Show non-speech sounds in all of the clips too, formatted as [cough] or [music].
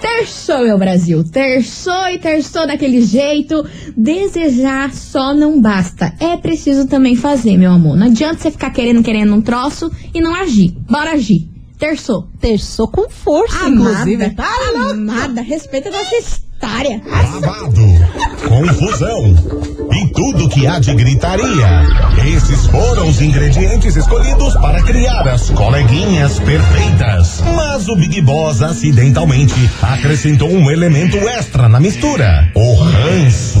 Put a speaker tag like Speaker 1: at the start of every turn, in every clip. Speaker 1: Terçou, meu Brasil. Terçou e terçou daquele jeito. Desejar só não basta. É preciso também fazer, meu amor. Não adianta você ficar querendo, querendo um troço e não agir. Bora agir. Terçou.
Speaker 2: Terçou com força,
Speaker 1: Amada.
Speaker 2: inclusive. Tá louco?
Speaker 1: Amada. Respeita nossa história.
Speaker 3: Babado, confusão e tudo que há de gritaria. Esses foram os ingredientes escolhidos para criar as coleguinhas perfeitas. Mas o Big Boss acidentalmente acrescentou um elemento extra na mistura: o ranço.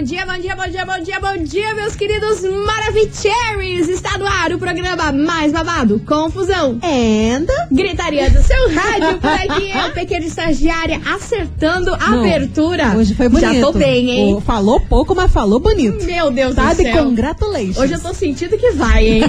Speaker 1: Bom dia, bom dia, bom dia, bom dia, bom dia, meus queridos Maravicheries! Está no ar o programa mais babado, Confusão.
Speaker 2: Anda.
Speaker 1: Gritaria do seu rádio, por aqui é eu, pequena estagiária, acertando a
Speaker 2: Não,
Speaker 1: abertura.
Speaker 2: Hoje foi bonito.
Speaker 1: Já tô bem, hein?
Speaker 2: Oh, Falou pouco, mas falou bonito.
Speaker 1: Meu Deus
Speaker 2: Tá
Speaker 1: do
Speaker 2: de
Speaker 1: céu.
Speaker 2: congratulations.
Speaker 1: Hoje
Speaker 2: [laughs]
Speaker 1: eu tô sentindo que vai, hein?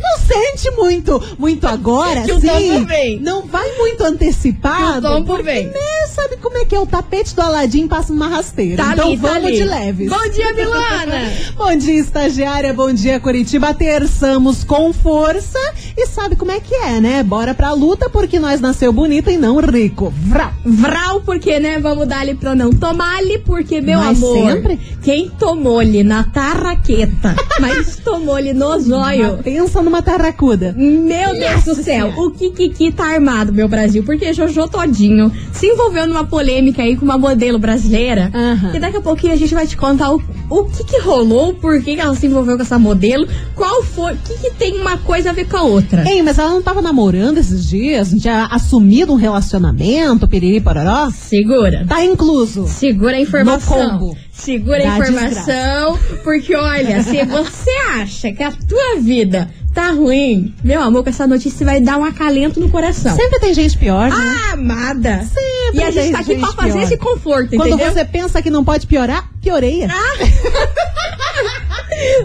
Speaker 2: Não sente muito, muito agora,
Speaker 1: Que o
Speaker 2: sim.
Speaker 1: tempo vem.
Speaker 2: Não vai muito antecipado.
Speaker 1: Que o tempo
Speaker 2: porque,
Speaker 1: vem.
Speaker 2: né, sabe como é que é? O tapete do Aladim passa uma rasteira.
Speaker 1: Tá
Speaker 2: então
Speaker 1: ali, tá
Speaker 2: vamos
Speaker 1: ali.
Speaker 2: de leves.
Speaker 1: Bom dia, Milana.
Speaker 2: [laughs] Bom dia, estagiária. Bom dia, Curitiba. Terçamos com força. E sabe como é que é, né? Bora pra luta, porque nós nasceu bonita e não rico. Vrá.
Speaker 1: Vral, porque, né? Vamos dar-lhe pra não tomar-lhe, porque, meu
Speaker 2: Mas
Speaker 1: amor.
Speaker 2: sempre?
Speaker 1: Quem tomou-lhe na
Speaker 2: [laughs]
Speaker 1: tarraqueta, mas tomou-lhe no zóio.
Speaker 2: Pensa numa tarracuda.
Speaker 1: Meu Deus do céu, o Kikiki tá armado, meu Brasil, porque Jojo Todinho se envolveu numa polêmica aí com uma modelo brasileira.
Speaker 2: Aham.
Speaker 1: E daqui a pouquinho a gente vai te contar o, o que que rolou, por que que ela se envolveu com essa modelo, qual foi, o que que tem uma coisa a ver com a outra.
Speaker 2: Ei, mas ela não tava namorando esses dias? Não tinha assumido um relacionamento, piriri, pororó?
Speaker 1: Segura.
Speaker 2: Tá incluso.
Speaker 1: Segura a
Speaker 2: No
Speaker 1: informação.
Speaker 2: combo.
Speaker 1: Segura
Speaker 2: Da
Speaker 1: a informação, porque olha, se você [laughs] acha que a tua vida tá ruim, meu amor, com essa notícia vai dar um acalento no coração.
Speaker 2: Sempre tem gente pior, né?
Speaker 1: Ah, amada.
Speaker 2: Sempre
Speaker 1: E a gente tá aqui
Speaker 2: tem
Speaker 1: pra
Speaker 2: gente
Speaker 1: fazer
Speaker 2: pior.
Speaker 1: esse conforto,
Speaker 2: Quando
Speaker 1: entendeu? Tá?
Speaker 2: você pensa que não pode piorar, pioreia.
Speaker 1: [laughs]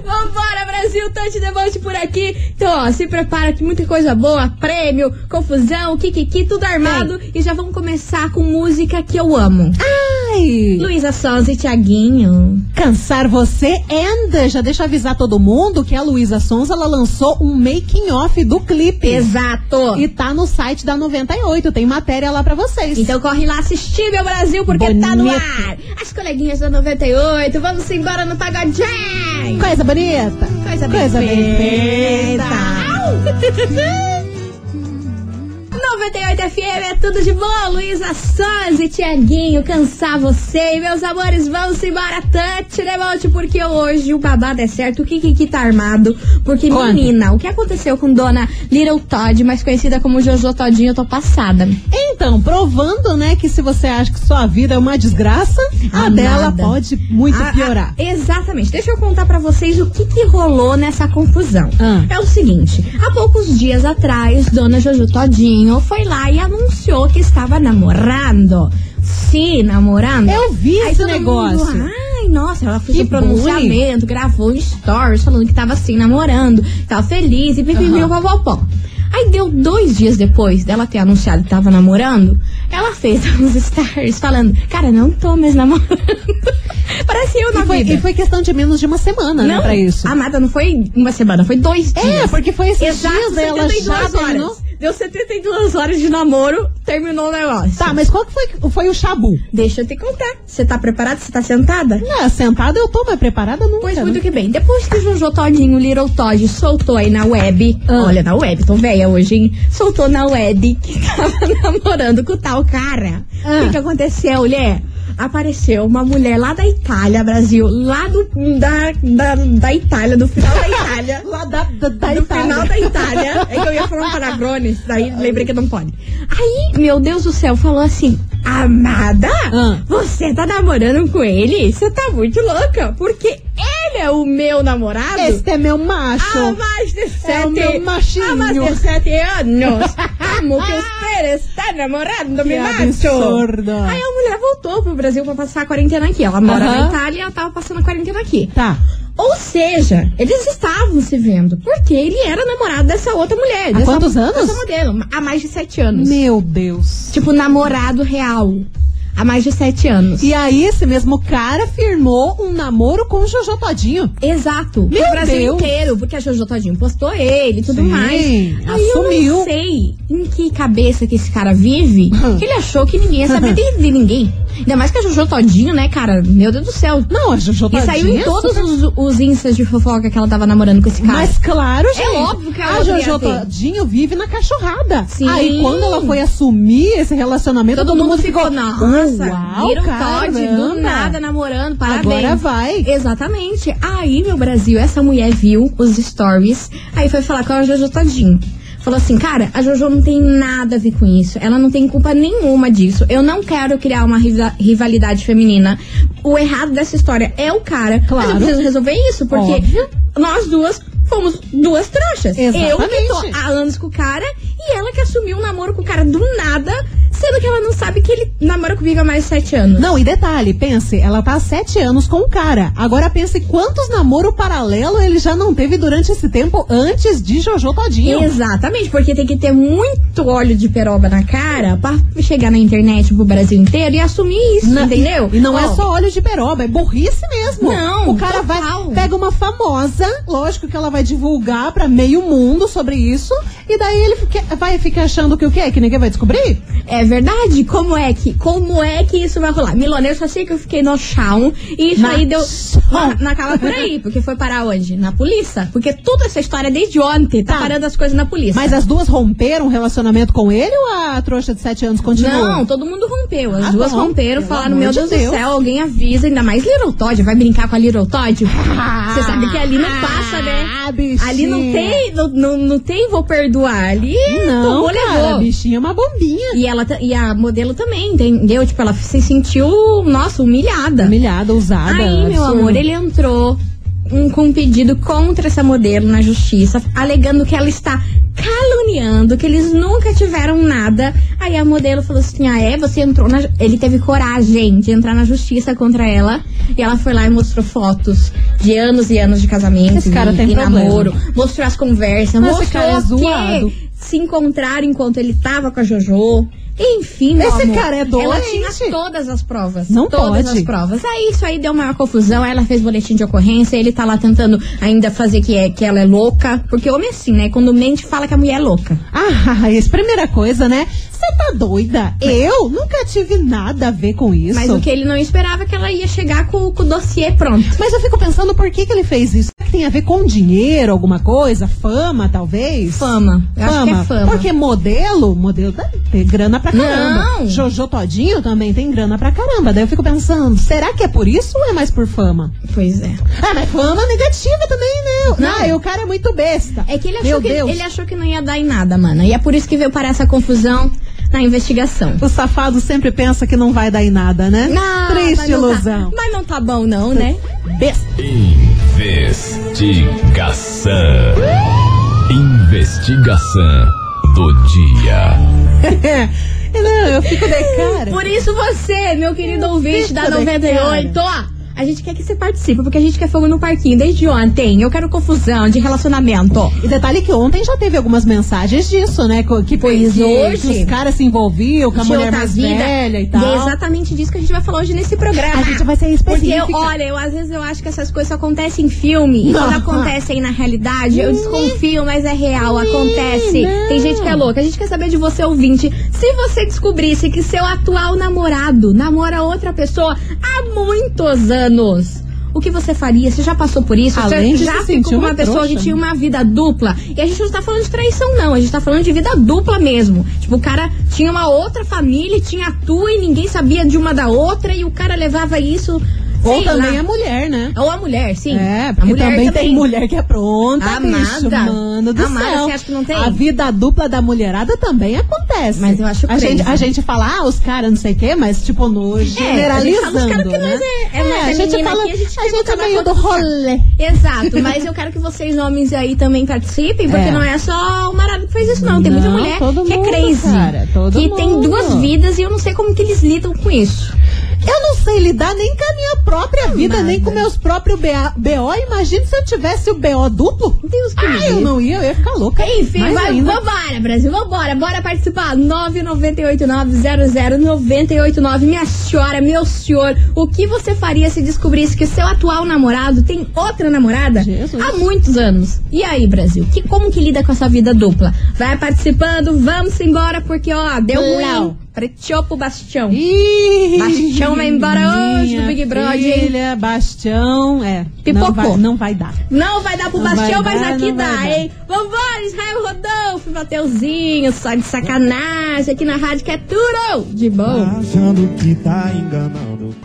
Speaker 1: Vambora, Brasil, Tante Debate por aqui. Então, ó, se prepara que muita coisa boa, prêmio, confusão, kikiki, tudo armado. E já vamos começar com música que eu amo.
Speaker 2: Ai!
Speaker 1: Luísa Sons e Tiaguinho.
Speaker 2: Cansar você and já deixa eu avisar todo mundo que a Luísa Sons ela lançou um making off do clipe.
Speaker 1: Exato.
Speaker 2: E tá no site da 98, tem matéria lá pra vocês.
Speaker 1: Então corre lá assistir, meu Brasil, porque tá no
Speaker 2: Bonito.
Speaker 1: ar. As coleguinhas da 98, vamos embora no pagodinho.
Speaker 2: coisa bonita.
Speaker 1: Coisa bem feita. Au! [laughs] 98 FM é tudo de bom, Luísa Sons e Tiaguinho, cansar você. E meus amores, vamos embora, Tante, levante, porque hoje o babado é certo, o Kiki tá armado. Porque,
Speaker 2: Conta.
Speaker 1: menina, o que aconteceu com Dona Little Todd, mais conhecida como Jojo Todinho, eu tô passada.
Speaker 2: Então, provando, né, que se você acha que sua vida é uma desgraça, a
Speaker 1: Amada.
Speaker 2: dela pode muito
Speaker 1: A- a-
Speaker 2: piorar.
Speaker 1: Ah, exatamente. Deixa eu contar pra vocês o que, que rolou nessa confusão.
Speaker 2: Ah.
Speaker 1: É o seguinte, há poucos dias atrás, dona Jojo Todinho foi lá e anunciou que estava namorando. Sim, namorando.
Speaker 2: Eu vi
Speaker 1: Aí
Speaker 2: esse
Speaker 1: todo
Speaker 2: negócio.
Speaker 1: mundo, Ai, nossa, ela fez
Speaker 2: Que
Speaker 1: o pronunciamento, gravou um stories falando que tava assim, namorando, tava feliz e pipipi,
Speaker 2: Aham.
Speaker 1: vovó. Aí deu dois dias depois dela ter anunciado que tava namorando, ela fez [laughs] uns stories falando, cara, não tô mais namorando. [laughs] Parece eu na
Speaker 2: E foi,
Speaker 1: vida.
Speaker 2: e foi questão de menos de uma semana, né,
Speaker 1: não,
Speaker 2: pra isso.
Speaker 1: Amada, não foi uma semana, foi dois
Speaker 2: É,
Speaker 1: dias.
Speaker 2: porque foi esses
Speaker 1: Exato,
Speaker 2: dias ela
Speaker 1: 72
Speaker 2: já
Speaker 1: horas.
Speaker 2: terminou.
Speaker 1: Deu 72 horas de namoro, terminou o negócio.
Speaker 2: Tá, mas qual que foi, foi o chabu?
Speaker 1: Deixa eu te contar. Você tá preparada? Você tá sentada?
Speaker 2: Ah, sentada eu tô, mas preparada nunca.
Speaker 1: Pois
Speaker 2: né? [laughs]
Speaker 1: muito que bem. Depois que Jojo Todinho, Little Todd, soltou aí na web.
Speaker 2: Ah.
Speaker 1: Olha, na web, tô velha hoje, hein? Soltou na web [laughs] que tava namorando com o tal cara. O
Speaker 2: Ah.
Speaker 1: que, que aconteceu, mulher? Apareceu uma mulher lá da Itália, Brasil. Lá do, da, da, da Itália, do final da
Speaker 2: [laughs]
Speaker 1: Itália.
Speaker 2: Lá da, da, da
Speaker 1: do
Speaker 2: Tá Itália.
Speaker 1: final da Itália. É que eu ia falar um paragrone, daí lembrei que não pode. Aí, meu Deus do céu, falou assim: Amada,
Speaker 2: Ah.
Speaker 1: você tá namorando com ele? Você tá muito louca, porque ele é o meu namorado.
Speaker 2: Este é meu macho.
Speaker 1: Ah, Há mais de sete,
Speaker 2: meu machinho.
Speaker 1: há mais de sete Ah, anos. amo que usted está namorando, me macho.
Speaker 2: absurdo.
Speaker 1: Aí a mulher voltou pro Brasil pra passar a quarentena aqui. Ela mora
Speaker 2: Aham.
Speaker 1: na Itália e ela tava passando a quarentena aqui.
Speaker 2: Tá.
Speaker 1: Ou seja, eles estavam se vendo, porque ele era namorado dessa outra mulher.
Speaker 2: Há
Speaker 1: dessa-
Speaker 2: quantos anos?
Speaker 1: Dessa modelo, há mais de sete anos.
Speaker 2: Meu Deus.
Speaker 1: Tipo, namorado real. Há mais de sete anos.
Speaker 2: E aí, esse mesmo cara firmou um namoro com o Jojo Todinho.
Speaker 1: Exato.
Speaker 2: Meu
Speaker 1: o Brasil
Speaker 2: Deus.
Speaker 1: inteiro, porque a Jojo Todinho postou ele e tudo
Speaker 2: Sim,
Speaker 1: mais. Aí eu
Speaker 2: assumiu.
Speaker 1: não sei em que cabeça que esse cara vive,
Speaker 2: Hum.
Speaker 1: que ele achou que ninguém ia
Speaker 2: [laughs]
Speaker 1: saber de, de ninguém. Ainda mais que a Jojo Todinho, né, cara? Meu Deus do céu.
Speaker 2: Não, a Jojo
Speaker 1: E
Speaker 2: Todinho.
Speaker 1: saiu em
Speaker 2: é
Speaker 1: todos
Speaker 2: super-
Speaker 1: os, os instas de fofoca que ela tava namorando com esse cara.
Speaker 2: Mas claro, gente.
Speaker 1: Tá. É óbvio que ela
Speaker 2: a Jojo
Speaker 1: ia ter.
Speaker 2: Todinho vive na cachorrada.
Speaker 1: Sim.
Speaker 2: Aí quando ela foi assumir esse relacionamento, todo, mundo ficou,
Speaker 1: nossa,
Speaker 2: uau,
Speaker 1: viram Todd
Speaker 2: caramba.
Speaker 1: do nada namorando, parabéns.
Speaker 2: Agora vai.
Speaker 1: Exatamente. Aí, meu Brasil, essa mulher viu os stories, aí foi falar com a Jojo Todinho. Falou assim, cara, a Jojo não tem nada a ver com isso. Ela não tem culpa nenhuma disso. Eu não quero criar uma riva- rivalidade feminina. O errado dessa história é o cara. Mas
Speaker 2: Claro.
Speaker 1: eu preciso resolver isso, porque
Speaker 2: Óbvio.
Speaker 1: nós duas fomos duas trouxas. Eu que tô
Speaker 2: Exatamente.
Speaker 1: há anos com o cara e ela que assumiu um namoro com o cara do nada, sendo que ela não sabe que ele namora comigo há mais de sete anos.
Speaker 2: Não, e detalhe, pense, ela tá há sete anos com o cara. Agora pense quantos namoro paralelo ele já não teve durante esse tempo antes de Jojo Todinho.
Speaker 1: Exatamente, porque tem que ter muito óleo de peroba na cara pra chegar na internet pro Brasil inteiro e assumir isso,
Speaker 2: Na-
Speaker 1: entendeu?
Speaker 2: E não é
Speaker 1: Ó,
Speaker 2: só óleo de peroba, é burrice mesmo.
Speaker 1: Não,
Speaker 2: o cara
Speaker 1: total.
Speaker 2: vai pega uma famosa, lógico que ela vai divulgar pra meio mundo sobre isso, e daí ele fica- vai ficar achando que o quê? Que ninguém vai descobrir?
Speaker 1: É verdade? Como é que como é que isso vai rolar? Milona, eu só sei que eu fiquei no chão e isso
Speaker 2: Na
Speaker 1: aí deu
Speaker 2: chão.
Speaker 1: na, na cala por aí, porque foi parar onde? Na polícia? Porque toda essa história desde ontem tá,
Speaker 2: Tá.
Speaker 1: parando as coisas na polícia.
Speaker 2: Mas as duas romperam o relacionamento com ele ou a trouxa de sete anos continuou?
Speaker 1: Não, todo mundo rompeu. As
Speaker 2: Ah,
Speaker 1: duas
Speaker 2: bom.
Speaker 1: romperam,
Speaker 2: Pelo
Speaker 1: falaram:
Speaker 2: amor
Speaker 1: Meu
Speaker 2: de
Speaker 1: Deus,
Speaker 2: Deus.
Speaker 1: do céu, alguém avisa, ainda mais Little Todd. Vai brincar com a Little Todd? Você sabe que ali não passa, né?
Speaker 2: Ah, bichinha.
Speaker 1: Ali não tem, não, não, não tem, vou perdoar. Ali
Speaker 2: Não,
Speaker 1: tomou,
Speaker 2: cara, a
Speaker 1: levou.
Speaker 2: bichinha é uma bombinha.
Speaker 1: E, ela, ta- e a modelo também, entendeu? Tipo, ela se sentiu, nossa, humilhada.
Speaker 2: Humilhada, usada.
Speaker 1: Aí, meu
Speaker 2: absurdo.
Speaker 1: amor, ele entrou um- com um pedido contra essa modelo na justiça, alegando que ela está caluniando, que eles nunca tiveram nada. Aí a modelo falou assim: Ah, é? Você entrou na. ju-" Ele teve coragem de entrar na justiça contra ela. E ela foi lá e mostrou fotos de anos e anos de casamento,
Speaker 2: Esse cara
Speaker 1: e,
Speaker 2: tem
Speaker 1: e
Speaker 2: problema.
Speaker 1: namoro, mostrou as conversas,
Speaker 2: Mas esse
Speaker 1: mostrou
Speaker 2: cara é
Speaker 1: que
Speaker 2: zoado.
Speaker 1: se encontraram enquanto ele tava com a JoJo. Enfim, meu
Speaker 2: Esse
Speaker 1: amor,
Speaker 2: cara é
Speaker 1: Ela
Speaker 2: doente.
Speaker 1: tinha todas as provas.
Speaker 2: Não
Speaker 1: todas
Speaker 2: pode.
Speaker 1: as provas. Aí É isso aí deu maior confusão. Ela fez boletim de ocorrência. Ele tá lá tentando ainda fazer que, é, que ela é louca. Porque homem é assim, né? Quando mente, fala que a mulher é louca.
Speaker 2: Ah, isso, primeira coisa, né? Você tá doida? Eu nunca tive nada a ver com isso.
Speaker 1: Mas o que ele não esperava é que ela ia chegar com, com o dossiê pronto.
Speaker 2: Mas eu fico pensando por que, que ele fez isso. Será que tem a ver com dinheiro, alguma coisa? Fama, talvez?
Speaker 1: Fama. Eu acho que é fama.
Speaker 2: Porque modelo, modelo deve ter grana pra caramba.
Speaker 1: Não.
Speaker 2: Jojo Todinho também tem grana pra caramba. Daí eu fico pensando, será que é por isso ou é mais por fama?
Speaker 1: Pois é.
Speaker 2: Ah, mas fama negativa também, né?
Speaker 1: Não.
Speaker 2: Ah, e o cara é muito besta.
Speaker 1: É que ele
Speaker 2: Meu
Speaker 1: achou que,
Speaker 2: Deus.
Speaker 1: ele achou que não ia dar em nada, mano. E é por isso que veio parar essa confusão na investigação.
Speaker 2: O safado sempre pensa que não vai dar em nada, né?
Speaker 1: Não, mas
Speaker 2: Triste
Speaker 1: não tá-
Speaker 2: ilusão.
Speaker 1: mas não tá bom, não, né?
Speaker 2: Besta. [laughs]
Speaker 4: Investigação. Investigação do dia.
Speaker 2: não, eu fico de cara.
Speaker 1: Por isso você, meu querido ouvinte da
Speaker 2: Fica de
Speaker 1: 98, a gente quer que você participe, porque a gente quer fogo no parquinho desde ontem. Eu quero confusão de relacionamento.
Speaker 2: E detalhe que ontem já teve algumas mensagens disso, né? Co- Que,
Speaker 1: Pois
Speaker 2: que,
Speaker 1: hoje-
Speaker 2: que os caras se envolviam com a
Speaker 1: De
Speaker 2: mulher
Speaker 1: outra
Speaker 2: mais velha e tal.
Speaker 1: é exatamente disso que a gente vai falar hoje nesse programa.
Speaker 2: A gente vai ser
Speaker 1: Porque, eu,
Speaker 2: específica.
Speaker 1: olha, eu, às vezes eu acho que essas coisas só acontecem em filme. E
Speaker 2: Não.
Speaker 1: quando acontecem na realidade, eu desconfio, mas é real, acontece.
Speaker 2: não.
Speaker 1: Tem gente que é louca. A gente quer saber de você, ouvinte. Se você descobrisse que seu atual namorado namora outra pessoa há muitos anos. O que você faria? Você já passou por isso?
Speaker 2: Além
Speaker 1: você
Speaker 2: de
Speaker 1: já
Speaker 2: se
Speaker 1: ficou
Speaker 2: sentir
Speaker 1: com
Speaker 2: uma
Speaker 1: uma pessoa que
Speaker 2: trouxa.
Speaker 1: tinha uma vida dupla? E a gente não tá falando de traição, não. A gente tá falando de vida dupla mesmo. Tipo, o cara tinha uma outra família, e tinha a tua e ninguém sabia de uma da outra. E o cara levava isso
Speaker 2: Ou
Speaker 1: Sei
Speaker 2: também
Speaker 1: lá.
Speaker 2: a mulher, né?
Speaker 1: Ou a mulher, sim.
Speaker 2: É,
Speaker 1: a
Speaker 2: porque
Speaker 1: mulher
Speaker 2: também, tem mulher que é pronta, bicho,
Speaker 1: Amada.
Speaker 2: mano do
Speaker 1: Amada,
Speaker 2: céu.
Speaker 1: você acha que não tem?
Speaker 2: A vida dupla da mulherada também acontece.
Speaker 1: Mas eu acho
Speaker 2: a
Speaker 1: crazy. É,
Speaker 2: gente A gente fala, ah, os caras não sei o quê, mas tipo, no generalizando,
Speaker 1: a gente fala os caras que
Speaker 2: né?
Speaker 1: nós é- é mais
Speaker 2: a gente
Speaker 1: feminina
Speaker 2: fala,
Speaker 1: aqui, a gente
Speaker 2: a
Speaker 1: quer
Speaker 2: gente é
Speaker 1: botar
Speaker 2: meio do
Speaker 1: pra
Speaker 2: rolê.
Speaker 1: Exato,
Speaker 2: [laughs]
Speaker 1: mas eu quero que vocês homens aí também participem, porque
Speaker 2: É.
Speaker 1: não é só o Marado que faz isso, não. Tem muita
Speaker 2: Não,
Speaker 1: mulher
Speaker 2: todo
Speaker 1: que
Speaker 2: mundo,
Speaker 1: é crazy.
Speaker 2: cara, todo
Speaker 1: que tem
Speaker 2: mundo.
Speaker 1: duas vidas e eu não sei como que eles lidam com isso.
Speaker 2: Eu não sei lidar nem com a minha própria vida, nem com meus próprios BA BO. Imagina se eu tivesse o BO duplo.
Speaker 1: Deus que me
Speaker 2: Ah, eu
Speaker 1: livre.
Speaker 2: não ia, eu ia ficar louca.
Speaker 1: Enfim,
Speaker 2: Mais
Speaker 1: vai,
Speaker 2: ainda.
Speaker 1: vambora, Brasil, vambora, bora participar. 998900989. Minha senhora, meu senhor, o que você faria se descobrisse que seu atual namorado tem outra namorada
Speaker 2: Jesus.
Speaker 1: há muitos anos? E aí, Brasil, que, como que lida com essa vida dupla? Vai participando, vamos embora, porque ó, deu ruim.
Speaker 2: Lau.
Speaker 1: Preteou pro Bastião.
Speaker 2: Ih,
Speaker 1: Bastião vai embora hoje do Big Brother, hein?
Speaker 2: Filha, Bastião, é.
Speaker 1: Pipocou.
Speaker 2: Não vai, não vai dar.
Speaker 1: Não vai dar pro
Speaker 2: Não
Speaker 1: Bastião,
Speaker 2: vai dar,
Speaker 1: mas aqui
Speaker 2: não vai
Speaker 1: dá,
Speaker 2: dar.
Speaker 1: hein? Vambora, Israel Rodolfo, Mateuzinho, só de sacanagem aqui na rádio que é tudo de bom.
Speaker 5: Achando que tá enganando.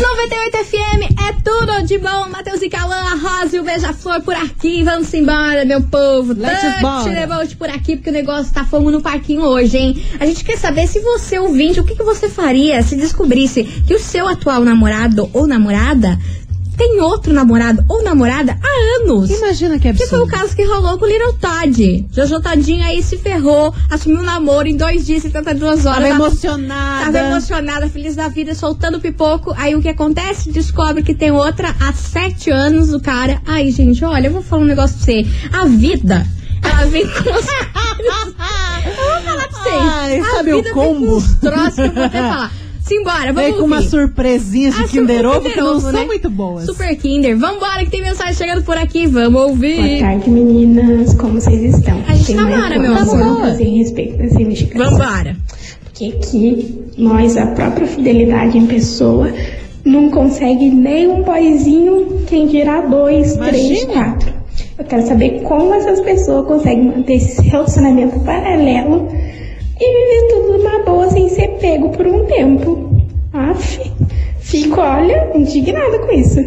Speaker 1: 98 FM é tudo de bom. Matheus e Calã, a Rosa e o Beija-Flor por aqui. Vamos embora, meu povo.
Speaker 2: Let's
Speaker 1: Tante
Speaker 2: bora.
Speaker 1: Revolt por aqui, porque o negócio tá fogo no parquinho hoje, hein? A gente quer saber se você, ouvinte, o que, que você faria se descobrisse que o seu atual namorado ou namorada tem outro namorado ou namorada há anos.
Speaker 2: Imagina que
Speaker 1: Que
Speaker 2: absurdo.
Speaker 1: foi o caso que rolou com o Little Todd. Jojo Todinho aí se ferrou, assumiu um namoro em dois dias, 72 horas.
Speaker 2: Tava
Speaker 1: Ela
Speaker 2: emocionada.
Speaker 1: Tava emocionada, feliz da vida, soltando pipoco. Aí o que acontece? Descobre que tem outra há sete anos o cara. Aí, gente, olha, eu vou falar um negócio pra você. A vida, ela vem com
Speaker 2: [laughs]
Speaker 1: os. eu vou falar pra vocês.
Speaker 2: Ai,
Speaker 1: a
Speaker 2: sabe o
Speaker 1: vida vem com
Speaker 2: combo?
Speaker 1: Os troços que eu vou até falar. Simbora, vamos
Speaker 2: Veio com uma
Speaker 1: ouvir.
Speaker 2: surpresinha de
Speaker 1: Ah, su-
Speaker 2: Kinder
Speaker 1: o
Speaker 2: Ovo que não
Speaker 1: Ovo,
Speaker 2: são
Speaker 1: né?
Speaker 2: muito boas.
Speaker 1: Super Kinder. Vambora que tem mensagem chegando por aqui. Vamos
Speaker 6: Boa
Speaker 1: ouvir.
Speaker 6: tarde, meninas. Como vocês estão?
Speaker 1: A gente
Speaker 6: Tem
Speaker 1: tá
Speaker 6: mais
Speaker 1: mara, meu
Speaker 6: coisa
Speaker 1: amor.
Speaker 6: pra fazer em respeito dessa investigação.
Speaker 1: Vambora.
Speaker 6: Porque aqui, nós, a própria fidelidade em pessoa, não consegue nem um boizinho, quem dirá dois, três,
Speaker 2: Imagina.
Speaker 6: quatro. Eu quero saber como essas pessoas conseguem manter esse relacionamento paralelo e viver tudo numa boa sem ser pego por um tempo. Aff, fico, olha, indignada com isso.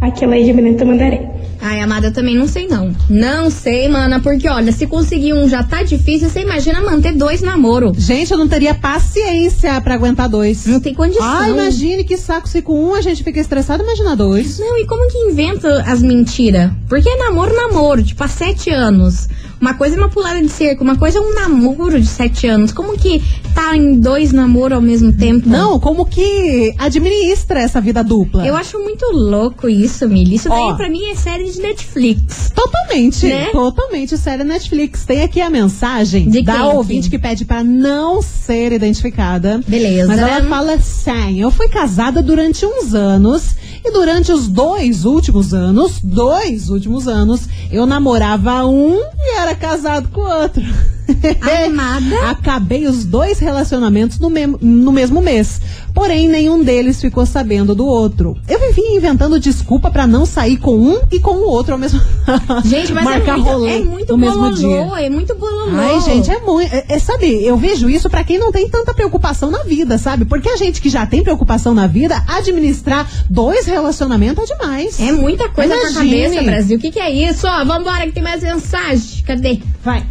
Speaker 6: Aqui é a Lady Brenta Mandaré.
Speaker 1: Ai, amada, eu também não sei não. Não sei, mana, porque olha, se conseguir um já tá difícil, você imagina manter dois namoro.
Speaker 2: Gente, eu não teria paciência pra aguentar dois.
Speaker 1: Não tem condição.
Speaker 2: Ah, imagine que saco se com um a gente fica estressado, imagina dois.
Speaker 1: Não, e como que inventa as mentiras? Porque é namoro, namoro, tipo, há sete anos. Uma coisa é uma pulada de cerco, uma coisa é um namoro de sete anos. Como que tá em dois namoros ao mesmo tempo?
Speaker 2: Não, como que administra essa vida dupla?
Speaker 1: Eu acho muito louco isso, Mili. Isso
Speaker 2: Ó.
Speaker 1: daí pra mim é série de Netflix.
Speaker 2: Totalmente,
Speaker 1: Né?
Speaker 2: totalmente série Netflix. Tem aqui a mensagem
Speaker 1: De quem
Speaker 2: da
Speaker 1: que-
Speaker 2: ouvinte que pede pra não ser identificada.
Speaker 1: Beleza.
Speaker 2: Mas ela fala assim: eu fui casada durante uns anos e durante os dois últimos anos, dois últimos anos, eu namorava um e era casado com o outro. [laughs] É.
Speaker 1: Amada.
Speaker 2: Acabei os dois relacionamentos no, mem- no mesmo mês. Porém, nenhum deles ficou sabendo do outro. Eu vivia inventando desculpa pra não sair com um e com o outro ao mesmo [laughs]
Speaker 1: Gente, mas
Speaker 2: Marcar
Speaker 1: é muito,
Speaker 2: rolê
Speaker 1: é muito
Speaker 2: no mesmo dia.
Speaker 1: bololô, é muito bololô.
Speaker 2: Ai, gente, é muito. É, é, sabe, eu vejo isso pra quem não tem tanta preocupação na vida, sabe? Porque a gente que já tem preocupação na vida, administrar dois relacionamentos é demais.
Speaker 1: É muita coisa pra
Speaker 2: Imagine.
Speaker 1: cabeça, Brasil. O que, que é isso? Ó, vambora que tem mais mensagem. Cadê?
Speaker 2: Vai.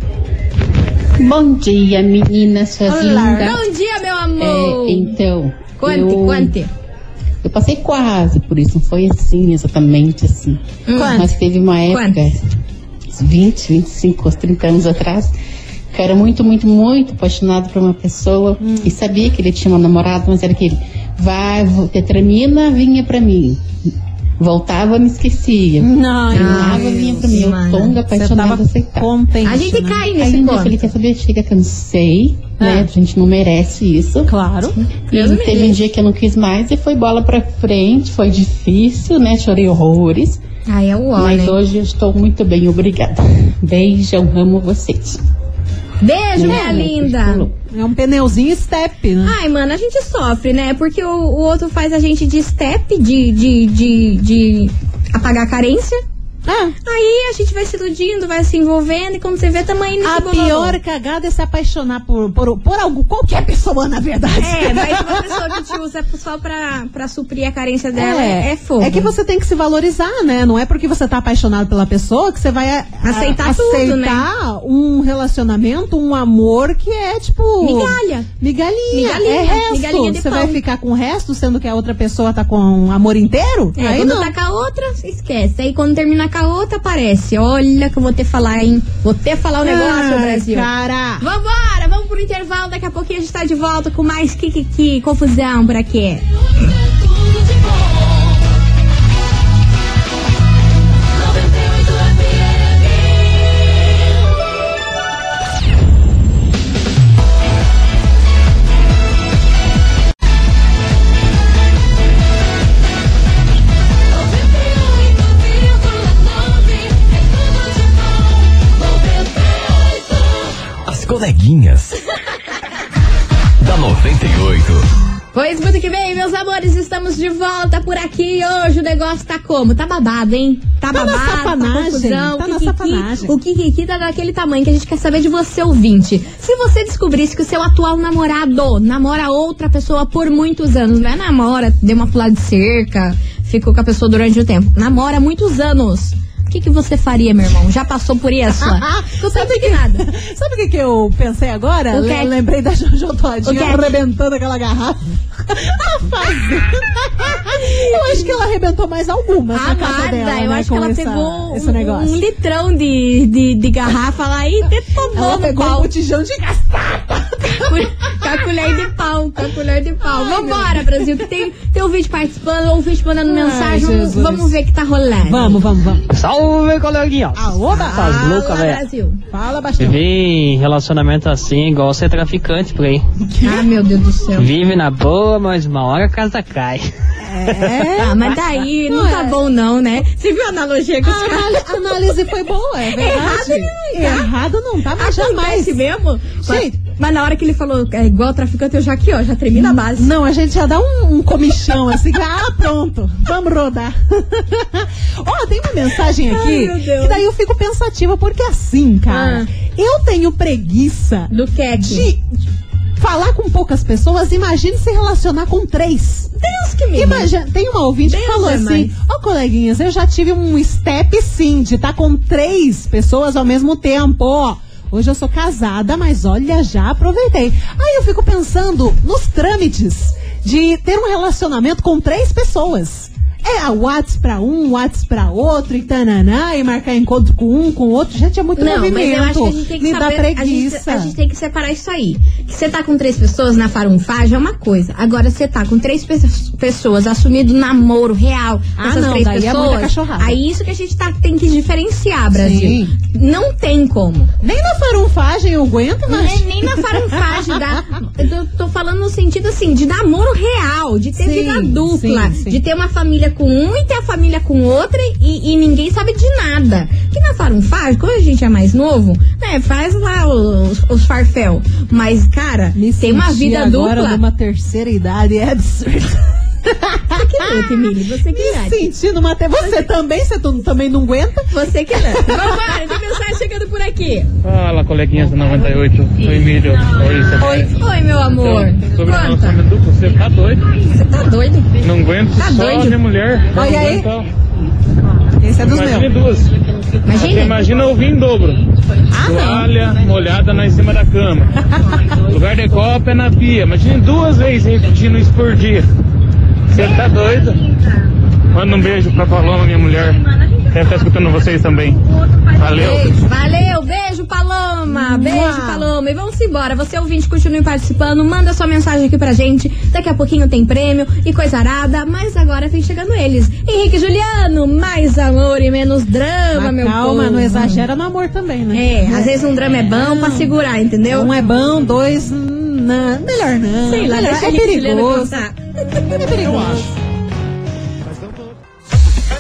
Speaker 7: Bom dia, meninas, suas
Speaker 2: Olá.
Speaker 7: lindas.
Speaker 1: Bom dia, meu
Speaker 7: É,
Speaker 1: amor.
Speaker 7: então,
Speaker 1: Conte,
Speaker 7: eu,
Speaker 1: conte.
Speaker 7: eu passei quase por isso, não foi assim exatamente assim.
Speaker 1: Hum.
Speaker 7: Mas teve uma época, uns 20, 25, uns 30 anos atrás, que eu era muito, muito, muito apaixonado por uma pessoa e sabia que ele tinha uma namorada, mas era aquele vai, vo- termina, vinha pra mim. Voltava, me esquecia.
Speaker 2: Hum. Não, é
Speaker 7: Terminava, vinha pra mim.
Speaker 1: mano.
Speaker 7: Eu tonga,
Speaker 2: você
Speaker 7: apaixonada,
Speaker 2: tava
Speaker 7: aceitada.
Speaker 2: contente.
Speaker 1: A gente
Speaker 2: né?
Speaker 1: cai
Speaker 7: Aí
Speaker 1: nesse
Speaker 7: um dia eu falei,
Speaker 1: ponto.
Speaker 7: quer saber, chega, cansei,
Speaker 2: Ah.
Speaker 7: né? A gente não merece isso.
Speaker 2: Claro.
Speaker 1: Deus
Speaker 7: e
Speaker 1: me
Speaker 7: teve um dia que eu não quis mais e foi bola pra frente, foi difícil, né? Chorei horrores.
Speaker 1: Ai, é o ó,
Speaker 7: mas
Speaker 1: né?
Speaker 7: hoje eu estou muito bem, obrigada. Beijão, amo vocês.
Speaker 1: Beijo, minha
Speaker 7: Né?
Speaker 1: linda.
Speaker 2: É um pneuzinho step, né?
Speaker 1: Ai, mano, a gente sofre, né? Porque o, o outro faz a gente de step, de, de, de, de apagar a carência.
Speaker 2: Ah,
Speaker 1: Aí a gente vai se iludindo, vai se envolvendo e quando você vê, tamanho nesse
Speaker 2: a
Speaker 1: bololô.
Speaker 2: pior cagada é se apaixonar por, por, por algo, qualquer pessoa, na verdade.
Speaker 1: É, mas
Speaker 2: [laughs]
Speaker 1: uma pessoa que te usa só pra, pra suprir a carência dela é, é fogo.
Speaker 2: É que você tem que se valorizar, né? Não é porque você tá apaixonado pela pessoa que você vai a- a-
Speaker 1: Aceitar tudo,
Speaker 2: aceitar um relacionamento, um amor que é tipo.
Speaker 1: Migalha.
Speaker 2: Migalhinha.
Speaker 1: Migalhinha,
Speaker 2: É resto.
Speaker 1: migalhinha de
Speaker 2: você
Speaker 1: pão.
Speaker 2: vai ficar com o resto, sendo que a outra pessoa tá com um amor inteiro?
Speaker 1: É,
Speaker 2: Aí
Speaker 1: quando
Speaker 2: não.
Speaker 1: tá com a outra, você esquece. Aí quando termina com a outra, aparece. Olha que eu vou ter falar, hein? Vou ter falar o um negócio,
Speaker 2: Ai,
Speaker 1: Brasil.
Speaker 2: Ah, Cara.
Speaker 1: Vambora, vamos pro intervalo. Daqui a pouquinho a gente tá de volta com mais Kikiki, confusão por aqui.
Speaker 4: As coleguinhas. da 98.
Speaker 1: Pois muito que bem, meus amores, estamos de volta por aqui. Hoje o negócio tá como? Tá babado, hein? Tá,
Speaker 2: Tá na
Speaker 1: babado, tá
Speaker 2: safanagem,
Speaker 1: confusão.
Speaker 2: tá
Speaker 1: o
Speaker 2: na
Speaker 1: Kikiki-
Speaker 2: safanagem.
Speaker 1: O Kikiki tá daquele tamanho que a gente quer saber de você, ouvinte. Se você descobrisse que o seu atual namorado namora outra pessoa por muitos anos, não é namora, deu uma pulada de cerca, ficou com a pessoa durante o tempo. Namora muitos anos. O que, que você faria, meu irmão? Já passou por
Speaker 2: [laughs]
Speaker 1: isso? Tô tão indignada.
Speaker 2: Sabe o que, que eu pensei agora?
Speaker 1: O quê?
Speaker 2: Le- Lembrei da Jojo
Speaker 1: O é quê?
Speaker 2: Todinho arrebentando aquela garrafa. [laughs] A fase. eu acho que ela arrebentou mais algumas na casa
Speaker 1: Amada,
Speaker 2: dela.
Speaker 1: Ah, eu
Speaker 2: né,
Speaker 1: acho que
Speaker 2: com
Speaker 1: ela
Speaker 2: essa-
Speaker 1: pegou
Speaker 2: esse
Speaker 1: um,
Speaker 2: negócio.
Speaker 1: um litrão de, de, de garrafa lá
Speaker 2: [laughs]
Speaker 1: e
Speaker 2: ela
Speaker 1: detonou no
Speaker 2: pegou um
Speaker 1: pau.
Speaker 2: botijão de gastar.
Speaker 1: Com a colher de
Speaker 2: [laughs]
Speaker 1: pau, com a colher de pau. Vambora, Brasil, que tem, tem ouvinte participando, ouvinte mandando
Speaker 2: Ai,
Speaker 1: mensagem. Vamos,
Speaker 2: Jesus.
Speaker 1: vamos ver o que tá rolando.
Speaker 2: Vamos, vamos, vamos.
Speaker 8: Salve, coleguinha!
Speaker 2: Ah, oba!
Speaker 8: Essas
Speaker 1: Fala,
Speaker 8: loucas, velho.
Speaker 1: Brasil.
Speaker 2: Fala bastante.
Speaker 8: Vive relacionamento assim, igual ser traficante por aí.
Speaker 1: Ah, meu Deus do céu.
Speaker 8: Vive na boa, mas uma hora a casa cai.
Speaker 2: É.
Speaker 1: Ah, mas daí não,
Speaker 2: Não
Speaker 1: tá
Speaker 2: é.
Speaker 1: bom não, né? Você viu a analogia que
Speaker 2: A
Speaker 1: os caras...
Speaker 2: análise, a análise foi boa, é
Speaker 1: Errado
Speaker 2: verdade.
Speaker 1: ele não tá.
Speaker 2: Errado não tá, mas jamais.
Speaker 1: Acontece mesmo? Mas,
Speaker 2: Gente.
Speaker 1: mas na hora que ele falou, é igual traficante, eu já aqui, ó, já tremi na base.
Speaker 2: Não, a gente já dá um, um comichão assim. que, Ah, pronto, vamos rodar. [laughs] Ó, tem uma mensagem
Speaker 1: Ai,
Speaker 2: aqui
Speaker 1: meu Deus. Ah.
Speaker 2: que daí eu fico pensativa, porque assim, cara, eu tenho preguiça
Speaker 1: Do que
Speaker 2: de falar com poucas pessoas. Imagine se relacionar com três.
Speaker 1: Deus que me livre.
Speaker 2: Imagina, tem uma ouvinte que
Speaker 1: Deus
Speaker 2: falou
Speaker 1: é
Speaker 2: assim:
Speaker 1: mais.
Speaker 2: Ô coleguinhas, eu já tive um step sim de estar com três pessoas ao mesmo tempo. Ó, Hoje eu sou casada, mas olha, já aproveitei. Aí eu fico pensando nos trâmites de ter um relacionamento com três pessoas. É a Whats pra um, Whats pra outro, e tananá, e marcar encontro com um, com outro. Gente, é muito
Speaker 1: Não,
Speaker 2: movimento.
Speaker 1: mas eu acho que a gente tem que
Speaker 2: Me
Speaker 1: saber.
Speaker 2: dá
Speaker 1: a, gente,
Speaker 2: preguiça.
Speaker 1: a gente tem que separar isso aí. Que você tá com três pessoas na farunfagem é uma coisa. Agora, você tá com três pe- pessoas assumido namoro real com
Speaker 2: Ah,
Speaker 1: essas
Speaker 2: não,
Speaker 1: três
Speaker 2: daí é muita
Speaker 1: pessoas.
Speaker 2: cachorrada.
Speaker 1: aí isso que a gente tá, tem que diferenciar, Brasil.
Speaker 2: Sim.
Speaker 1: Não tem como.
Speaker 2: Nem na farunfagem eu aguento,
Speaker 1: Não
Speaker 2: mas.
Speaker 1: é nem na farunfagem da. Eu tô falando no sentido assim, de namoro real, de ter
Speaker 2: Sim,
Speaker 1: vida dupla,
Speaker 2: sim, sim.
Speaker 1: de ter uma família com um e ter a família com outra e, e ninguém sabe de nada. Que na farunfagem, quando a gente é mais novo, né, faz lá os, os farfel. Mas, cara,
Speaker 2: Me
Speaker 1: tem uma
Speaker 2: senti
Speaker 1: vida
Speaker 2: agora
Speaker 1: dupla.
Speaker 2: numa terceira idade, é absurdo.
Speaker 1: Você Ah, que luta, Emílio, você que
Speaker 2: Me
Speaker 1: lute.
Speaker 2: sentindo uma te- Você é também, você tu- também não aguenta?
Speaker 1: Você que lute. Vambora, tem mensagem chegando por aqui.
Speaker 9: Fala, coleguinhas do 98. Oi, Emílio. Oi, Oi. Então,
Speaker 1: Oi, meu amor.
Speaker 9: Sobre o
Speaker 1: Conta.
Speaker 9: relacionamento duplo, você tá doido?
Speaker 1: Você tá doido?
Speaker 9: Não aguento
Speaker 1: Tá
Speaker 9: só
Speaker 1: doido.
Speaker 9: minha mulher. Não
Speaker 2: Olha aí.
Speaker 9: aguento ela.
Speaker 2: Esse é dos
Speaker 9: Imagine
Speaker 2: meus.
Speaker 9: duas. Você
Speaker 1: Imagina.
Speaker 9: imagina ouvir em dobro. Toalha molhada na em cima da cama. Lugar de copa é na pia. Imagine duas vezes repetindo isso por dia. Você tá doido? Manda um beijo pra Paloma, minha mulher. Deve estar escutando vocês também. Valeu.
Speaker 1: Valeu, beijo, Paloma. Beijo,
Speaker 2: Mua.
Speaker 1: Paloma. E vamos embora. Você ouvinte, continue participando. Manda sua mensagem aqui pra gente. Daqui a pouquinho tem prêmio e coisa arada. Mas agora vem chegando eles. Henrique e Juliano, mais amor e menos drama,
Speaker 2: Mas
Speaker 1: meu
Speaker 2: calma,
Speaker 1: povo.
Speaker 2: não exagera no amor também, né?
Speaker 1: É, às vezes um drama é bom pra segurar, entendeu?
Speaker 2: Um é bom, dois. hum, Não, melhor não.
Speaker 1: Sei lá,
Speaker 2: melhor,
Speaker 1: deixa
Speaker 2: é
Speaker 1: Henrique e Juliano
Speaker 2: perigoso.
Speaker 1: contar.
Speaker 2: É perigoso.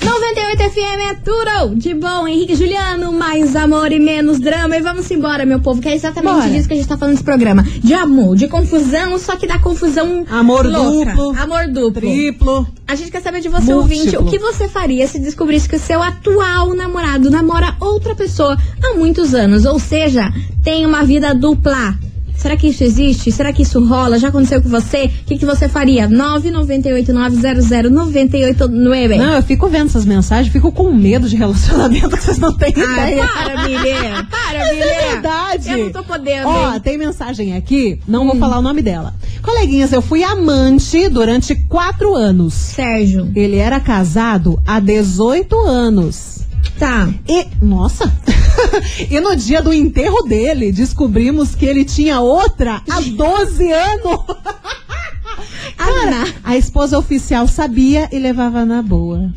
Speaker 1: 98 98FM é tudo de bom, Henrique e Juliano, mais amor e menos drama. E vamos embora, meu povo, que é exatamente
Speaker 2: Bora.
Speaker 1: disso que a gente tá falando nesse programa. De amor, de confusão, só que da confusão.
Speaker 2: Amor
Speaker 1: louca.
Speaker 2: duplo.
Speaker 1: Amor duplo.
Speaker 2: Triplo.
Speaker 1: A gente quer saber de você,
Speaker 2: Múltiplo.
Speaker 1: ouvinte, o que você faria se descobrisse que o seu atual namorado namora outra pessoa há muitos anos, ou seja, tem uma vida dupla. Será que isso existe? Será que isso rola? Já aconteceu com você? O que, que você faria? 998 900 989.
Speaker 2: Não, eu fico vendo essas mensagens, fico com medo de relacionamento [laughs] que vocês não têm
Speaker 1: Ai,
Speaker 2: ideia.
Speaker 1: Tá para, [laughs] Milê. Para,
Speaker 2: Mas
Speaker 1: Milê.
Speaker 2: é verdade.
Speaker 1: Ah, é. Eu não tô podendo.
Speaker 2: Ó,
Speaker 1: hein? Hum.
Speaker 2: tem mensagem aqui, não vou falar o nome dela. Coleguinhas, eu fui amante durante quatro anos.
Speaker 1: Sérgio.
Speaker 2: Ele era casado há 18 anos.
Speaker 1: Tá.
Speaker 2: E, nossa! [laughs] e no dia do enterro dele, descobrimos que ele tinha outra há 12 anos.
Speaker 1: Cara,
Speaker 2: A esposa oficial sabia e levava na boa.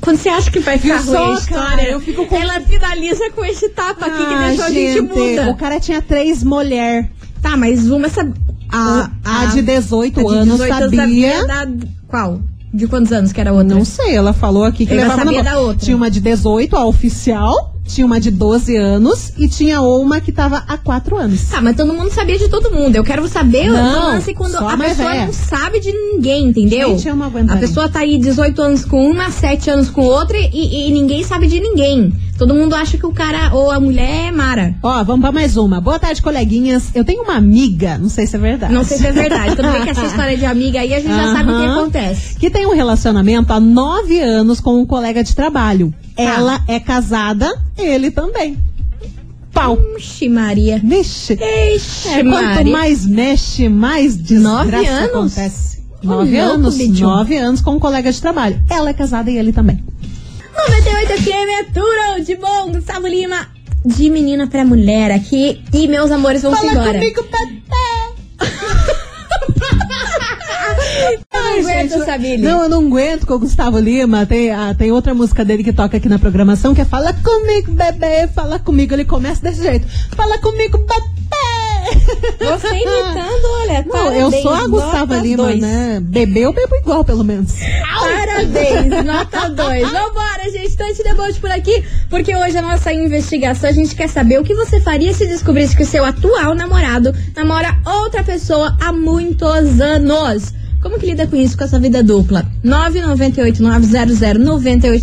Speaker 1: quando você acha que vai ficar
Speaker 2: Viu
Speaker 1: ruim
Speaker 2: só,
Speaker 1: a
Speaker 2: cara?
Speaker 1: história,
Speaker 2: Eu fico com-
Speaker 1: ela finaliza com esse tapa aqui que
Speaker 2: Ah,
Speaker 1: deixou a gente
Speaker 2: O
Speaker 1: muda.
Speaker 2: cara tinha três mulheres.
Speaker 1: Tá, mas uma essa.
Speaker 2: A, a de 18
Speaker 1: a de
Speaker 2: anos
Speaker 1: 18
Speaker 2: sabia.
Speaker 1: da... Qual? De quantos anos que era a outra?
Speaker 2: Não sei, ela falou aqui que
Speaker 1: Né? Ela
Speaker 2: levava
Speaker 1: sabia
Speaker 2: na mão.
Speaker 1: da outra.
Speaker 2: Tinha uma de 18, a oficial, tinha uma de 12 anos e tinha uma que tava há 4 anos.
Speaker 1: Tá, mas todo mundo sabia de todo mundo. Eu quero saber
Speaker 2: Não,
Speaker 1: o lance quando
Speaker 2: só
Speaker 1: a
Speaker 2: mais
Speaker 1: pessoa
Speaker 2: véia.
Speaker 1: não sabe de ninguém, entendeu?
Speaker 2: Gente, eu não aguentaria.
Speaker 1: A pessoa tá aí 18 anos com uma, 7 anos com outra e, e ninguém sabe de ninguém. Todo mundo acha que o cara ou a mulher é Mara.
Speaker 2: Ó, vamos pra mais uma. Boa tarde, coleguinhas. Eu tenho uma amiga, não sei se é verdade.
Speaker 1: Não sei se é verdade. Tudo bem que essa história é de amiga aí a gente já sabe o que
Speaker 2: Aham.
Speaker 1: acontece.
Speaker 2: Que tem um relacionamento há 9 anos com um colega de trabalho.
Speaker 1: Tá.
Speaker 2: Ela é casada, ele também. Pau.
Speaker 1: Oxi, Maria.
Speaker 2: Mexe.
Speaker 1: Ixi,
Speaker 2: É, quanto
Speaker 1: Maria.
Speaker 2: mais mexe, mais desgraça
Speaker 1: Nove anos?
Speaker 2: acontece.
Speaker 1: Ô,
Speaker 2: Nove
Speaker 1: louco,
Speaker 2: anos,
Speaker 1: bicho.
Speaker 2: nove anos com um colega de trabalho. Ela é casada e ele também.
Speaker 1: 98 FM é tudo de bom, Gustavo Lima. De menina pra mulher aqui. E meus amores, vamos embora. [laughs]
Speaker 2: Pepe!
Speaker 1: Ai, gente, Sabine.
Speaker 2: Não, eu não aguento com o Gustavo Lima. Tem, ah, tem outra música dele que toca aqui na programação que é Fala comigo, bebê, fala comigo. Ele começa desse jeito. Fala comigo, bebê!
Speaker 1: Você tá é imitando, olha.
Speaker 2: [laughs] Não, eu sou a Gustavo Lima, né? Bebê, eu bebo igual, pelo menos.
Speaker 1: Parabéns, nota 2. Vambora, gente, tanto deboche por aqui, porque hoje a nossa investigação, a gente quer saber o que você faria se descobrisse que o seu atual namorado namora outra pessoa há muitos anos. Como que lida com isso, com essa vida dupla? 998-900-989.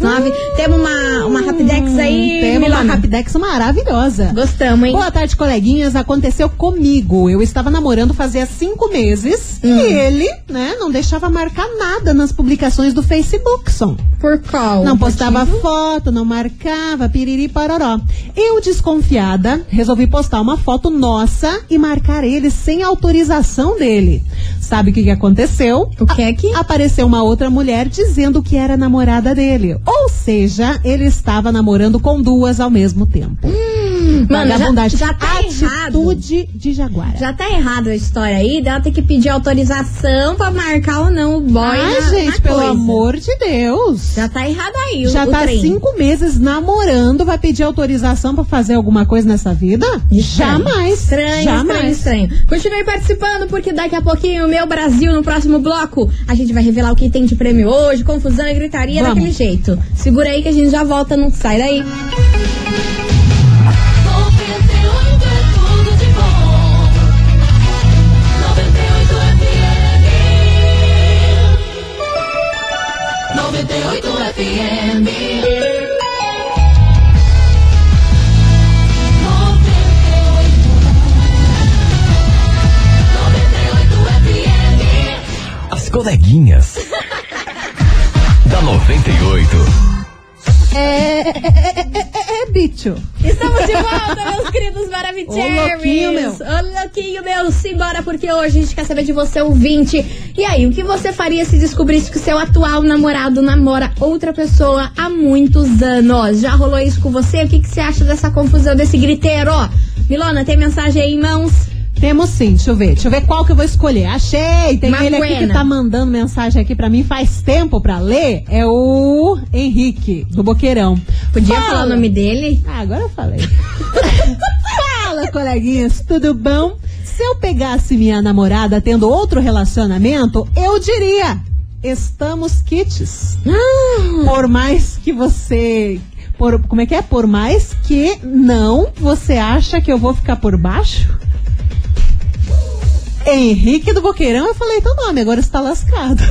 Speaker 1: Temos uma, uma Rapidex aí,
Speaker 2: Hum. Temos uma
Speaker 1: Milona?
Speaker 2: Rapidex maravilhosa.
Speaker 1: Gostamos, hein?
Speaker 2: Boa tarde, coleguinhas. Aconteceu comigo. Eu estava namorando fazia cinco meses
Speaker 1: Hum.
Speaker 2: e ele, né, não deixava marcar nada nas publicações do Facebook, som.
Speaker 1: Por qual?
Speaker 2: Não postava foto, não marcava, piriri pororó. Eu, desconfiada, resolvi postar uma foto nossa e marcar ele sem autorização dele. Sabe o que, que aconteceu?
Speaker 1: O que é que?
Speaker 2: Apareceu uma outra mulher dizendo que era namorada dele. Ou seja, ele estava namorando com duas ao mesmo tempo.
Speaker 1: Mano, já,
Speaker 2: Vagabundagem.
Speaker 1: já tá errado.
Speaker 2: Atitude de Jaguara.
Speaker 1: Já tá errado a história aí dela ter que pedir autorização pra marcar ou não o boy.
Speaker 2: Ai,
Speaker 1: na-
Speaker 2: Ah, gente,
Speaker 1: na
Speaker 2: pelo
Speaker 1: tá coisa.
Speaker 2: amor de Deus.
Speaker 1: Já tá errado aí, o,
Speaker 2: Já
Speaker 1: o
Speaker 2: tá
Speaker 1: trem.
Speaker 2: cinco meses namorando, vai pedir autorização pra fazer alguma coisa nessa vida?
Speaker 1: Estranho.
Speaker 2: Jamais.
Speaker 1: Estranho,
Speaker 2: Jamais.
Speaker 1: estranho, estranho. Continue participando, porque daqui a pouquinho, meu Brasil, no próximo bloco, a gente vai revelar o que tem de prêmio hoje, confusão e gritaria
Speaker 2: Vamos.
Speaker 1: daquele jeito. Segura aí que a gente já volta, não sai daí.
Speaker 4: As coleguinhas. da 98.
Speaker 2: É, é, é, é, é, é, bicho.
Speaker 1: Estamos de volta, meus queridos
Speaker 2: Ô, louquinho, meu.
Speaker 1: maravilhosos. Ô, louquinho, meu. Simbora, porque hoje a gente quer saber de você, ouvinte. E aí, o que você faria se descobrisse que o seu atual namorado namora outra pessoa há muitos anos? Já rolou isso com você? O que, que você acha dessa confusão, desse griteiro? Milona, tem mensagem aí em mãos?
Speaker 2: Temos sim, deixa eu ver. Deixa eu ver qual que eu vou escolher. Achei! Tem ele aqui que
Speaker 1: Macuena.
Speaker 2: tá mandando mensagem aqui pra mim faz tempo pra ler. É o Henrique, do Boqueirão.
Speaker 1: Podia
Speaker 2: Fala.
Speaker 1: falar o nome dele?
Speaker 2: Ah, agora eu falei. [laughs] Fala, coleguinhas, tudo bom? Se eu pegasse minha namorada tendo outro relacionamento, eu diria: estamos kits.
Speaker 1: Ah,
Speaker 2: Por mais que você. Por, como é que é? Por mais que não, você acha que eu vou ficar por baixo? Henrique do Boqueirão, eu falei teu nome, agora está lascado.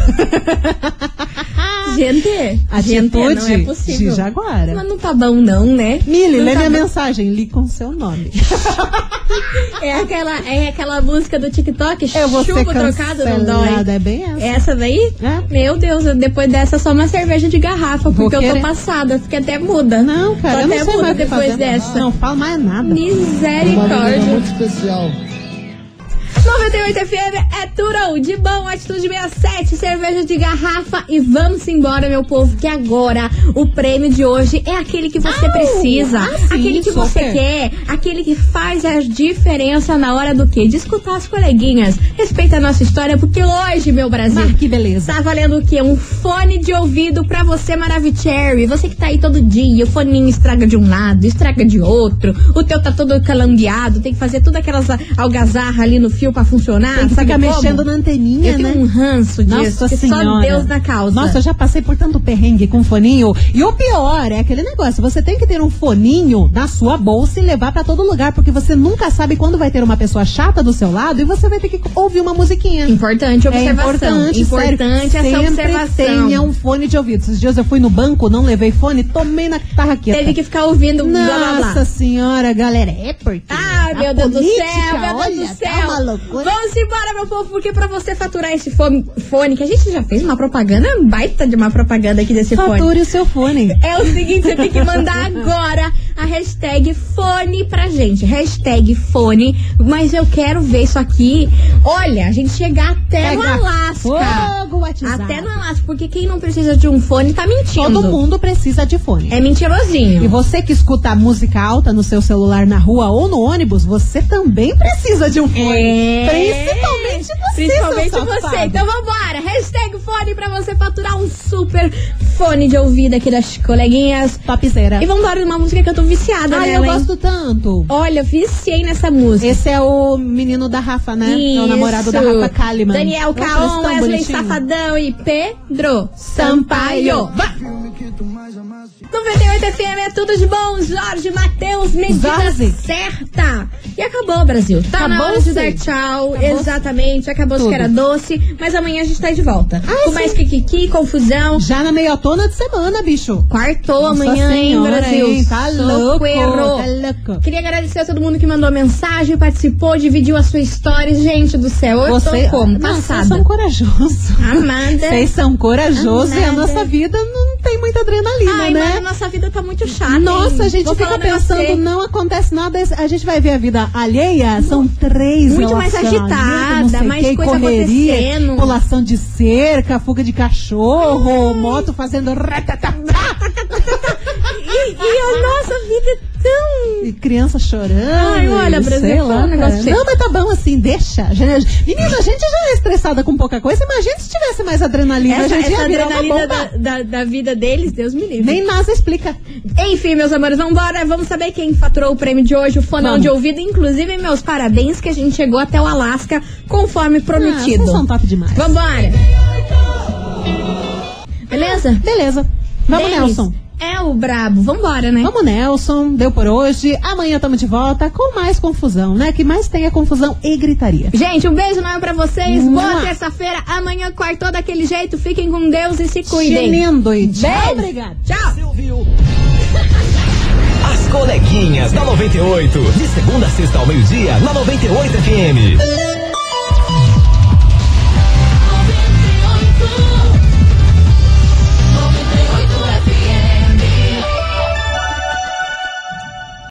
Speaker 1: Gente, [laughs]
Speaker 2: Atitude
Speaker 1: gente, não é possível.
Speaker 2: de Jaguara.
Speaker 1: Mas não tá bom não, né?
Speaker 2: Mili,
Speaker 1: Não
Speaker 2: lê
Speaker 1: tá
Speaker 2: minha
Speaker 1: bom.
Speaker 2: mensagem, li com seu nome.
Speaker 1: É aquela, é aquela música do TikTok,
Speaker 2: Eu vou
Speaker 1: chuva
Speaker 2: ser
Speaker 1: trocado não
Speaker 2: cancelada,
Speaker 1: dói.
Speaker 2: é bem essa.
Speaker 1: Essa daí?
Speaker 2: É.
Speaker 1: Meu Deus, eu- depois dessa só uma cerveja de garrafa,
Speaker 2: Vou
Speaker 1: porque eu
Speaker 2: querer.
Speaker 1: tô passada, fiquei até muda.
Speaker 2: Não, cara,
Speaker 1: tô até
Speaker 2: eu não sei mais
Speaker 1: muda
Speaker 2: o que
Speaker 1: depois
Speaker 2: fazer.
Speaker 1: dessa.
Speaker 2: Não falo mais nada.
Speaker 1: Misericórdia.
Speaker 10: especial.
Speaker 1: 98 FM é Turão, de bom, atitude 67, cerveja de garrafa e vamos embora, meu povo, que agora o prêmio de hoje é aquele que você precisa,
Speaker 2: ah, sim,
Speaker 1: aquele que você
Speaker 2: super.
Speaker 1: quer, aquele que faz a diferença na hora do quê? De escutar as coleguinhas. Respeita a nossa história, porque hoje, meu Brasil,
Speaker 2: Ah, que beleza.
Speaker 1: Tá valendo o quê? Um fone de ouvido pra você, Maravicherry. Você que tá aí todo dia, o foninho estraga de um lado, estraga de outro. O teu tá todo calambiado, tem que fazer todas aquelas a- algazarra ali no fio pra funcionar.
Speaker 2: Tem que
Speaker 1: sabe
Speaker 2: ficar
Speaker 1: como?
Speaker 2: mexendo na anteninha,
Speaker 1: Eu
Speaker 2: né?
Speaker 1: tenho um ranço disso,
Speaker 2: Nossa
Speaker 1: que
Speaker 2: senhora.
Speaker 1: só Deus na causa.
Speaker 2: Nossa, eu já passei por tanto perrengue com foninho. E o pior é aquele negócio, você tem que ter um foninho na sua bolsa e levar pra todo lugar, porque você nunca sabe quando vai ter uma pessoa chata do seu lado e você vai ter que ouvir uma musiquinha.
Speaker 1: Importante
Speaker 2: É
Speaker 1: observação.
Speaker 2: importante,
Speaker 1: importante
Speaker 2: sério,
Speaker 1: essa
Speaker 2: sempre
Speaker 1: observação.
Speaker 2: tenha um fone de ouvido. Esses dias eu fui no banco, não levei fone, tomei na tarraqueta.
Speaker 1: Teve que ficar ouvindo blá, blá, blá.
Speaker 2: Nossa senhora, galera, é porque...
Speaker 1: Ah,
Speaker 2: a
Speaker 1: meu Deus do
Speaker 2: política,
Speaker 1: céu, meu Deus
Speaker 2: olha,
Speaker 1: do
Speaker 2: tá
Speaker 1: céu.
Speaker 2: uma loucura.
Speaker 1: Vamos embora, meu povo, porque pra você faturar esse fone, fone, que a gente já fez uma propaganda, um baita de uma propaganda aqui desse fone.
Speaker 2: Fature o seu fone.
Speaker 1: É o seguinte, você tem que
Speaker 2: [laughs]
Speaker 1: mandar agora a hashtag fone pra gente. Hashtag fone, mas eu quero ver isso aqui. Olha, a gente chegar até no
Speaker 2: Pega
Speaker 1: Alasca.
Speaker 2: fogo, WhatsApp.
Speaker 1: até no Alasca, porque quem não precisa de um fone tá mentindo.
Speaker 2: Todo mundo precisa de fone.
Speaker 1: É mentirosinho.
Speaker 2: E você que escuta música alta no seu celular na rua ou no ônibus, você também precisa de um fone.
Speaker 1: É.
Speaker 2: Principalmente você,
Speaker 1: Principalmente
Speaker 2: seu safado.
Speaker 1: você. Então vambora. Hashtag fone pra você faturar um super fone de ouvido aqui das coleguinhas.
Speaker 2: Topzera.
Speaker 1: E vambora numa música que eu tô viciada
Speaker 2: Ai, eu
Speaker 1: nela, hein?
Speaker 2: gosto tanto.
Speaker 1: Olha, eu viciei nessa música.
Speaker 2: Esse é o menino da Rafa, né? É o namorado da
Speaker 1: Isso.
Speaker 2: Rafa Kalimann.
Speaker 1: Daniel
Speaker 2: Eu acho
Speaker 1: Caon,
Speaker 2: eles tão
Speaker 1: Wesley
Speaker 2: bonitinhos.
Speaker 1: Safadão e Pedro Sampaio. Vai! 98 FM é tudo de bom, Jorge Matheus, medida
Speaker 2: Jorge.
Speaker 1: certa. E acabou, Brasil. Tá na hora de dar
Speaker 2: Acabou-se.
Speaker 1: tchau. Exatamente, acabou se que era doce, mas amanhã a gente tá de volta.
Speaker 2: Ah,
Speaker 1: Com mais kikiki, confusão.
Speaker 2: Já na meiotona de semana, bicho.
Speaker 1: Quartou
Speaker 2: Nossa
Speaker 1: amanhã, hein,
Speaker 2: senhora,
Speaker 1: Brasil?
Speaker 2: hein? Tá louco,
Speaker 1: Socorro.
Speaker 2: tá louco.
Speaker 1: Queria agradecer a todo mundo que mandou mensagem, participou, dividiu a sua história. Gente do céu, eu tô como?
Speaker 2: Não, vocês
Speaker 1: Passada. É.
Speaker 2: são corajosos.
Speaker 1: Amada.
Speaker 2: Vocês são corajosos e a
Speaker 1: Amada.
Speaker 2: nossa vida não tem muita adrenalina,
Speaker 1: Ai,
Speaker 2: né?
Speaker 1: mas a nossa vida tá muito chata. hein?
Speaker 2: Nossa, a gente
Speaker 1: Vou
Speaker 2: fica
Speaker 1: falar um pra você.
Speaker 2: pensando, não acontece nada, a gente vai ver a vida alheia, são três
Speaker 1: Muito mais
Speaker 2: relacionamentos,
Speaker 1: agitada,
Speaker 2: não sei o
Speaker 1: mais
Speaker 2: quê,
Speaker 1: coisa
Speaker 2: correria,
Speaker 1: acontecendo.
Speaker 2: Pulação de cerca, fuga de cachorro, moto fazendo ratatá,
Speaker 1: E, e a nossa vida é tão.
Speaker 2: e criança chorando.
Speaker 1: Ai, olha,
Speaker 2: e
Speaker 1: Brasil,
Speaker 2: sei
Speaker 1: tá
Speaker 2: lá,
Speaker 1: um negócio
Speaker 2: cara.
Speaker 1: feio.
Speaker 2: Não, mas tá bom assim, deixa. Já- Menina, a gente já é estressada com pouca coisa, imagina se tivesse mais adrenalina,
Speaker 1: Essa,
Speaker 2: a gente
Speaker 1: essa
Speaker 2: ia virar uma
Speaker 1: adrenalina
Speaker 2: bomba.
Speaker 1: da, da, da vida deles, Deus me livre.
Speaker 2: Nem NASA explica.
Speaker 1: Enfim, meus amores, vambora. Vamos saber quem faturou o prêmio de hoje, o fonão
Speaker 2: Vamos.
Speaker 1: de ouvido. Inclusive, meus parabéns que a gente chegou até o Alasca conforme prometido.
Speaker 2: Ah, vocês são top demais.
Speaker 1: Vambora. Beleza?
Speaker 2: Beleza. Vamos,
Speaker 1: Denis
Speaker 2: Nelson.
Speaker 1: É o brabo. Vambora, né?
Speaker 2: Vamos, Nelson. Deu por hoje. Amanhã estamos de volta com mais confusão, né? Que mais tem é confusão e gritaria.
Speaker 1: Gente, um beijo enorme pra vocês. Boa
Speaker 2: Mua.
Speaker 1: terça-feira. Amanhã, quartou daquele jeito. Fiquem com Deus e se cuidem.
Speaker 2: Chinendo e tchau.
Speaker 1: Beijo.
Speaker 2: Obrigada.
Speaker 1: Tchau.
Speaker 4: Você ouviu? As coleguinhas da 98. De segunda a sexta ao meio-dia, na 98 FM.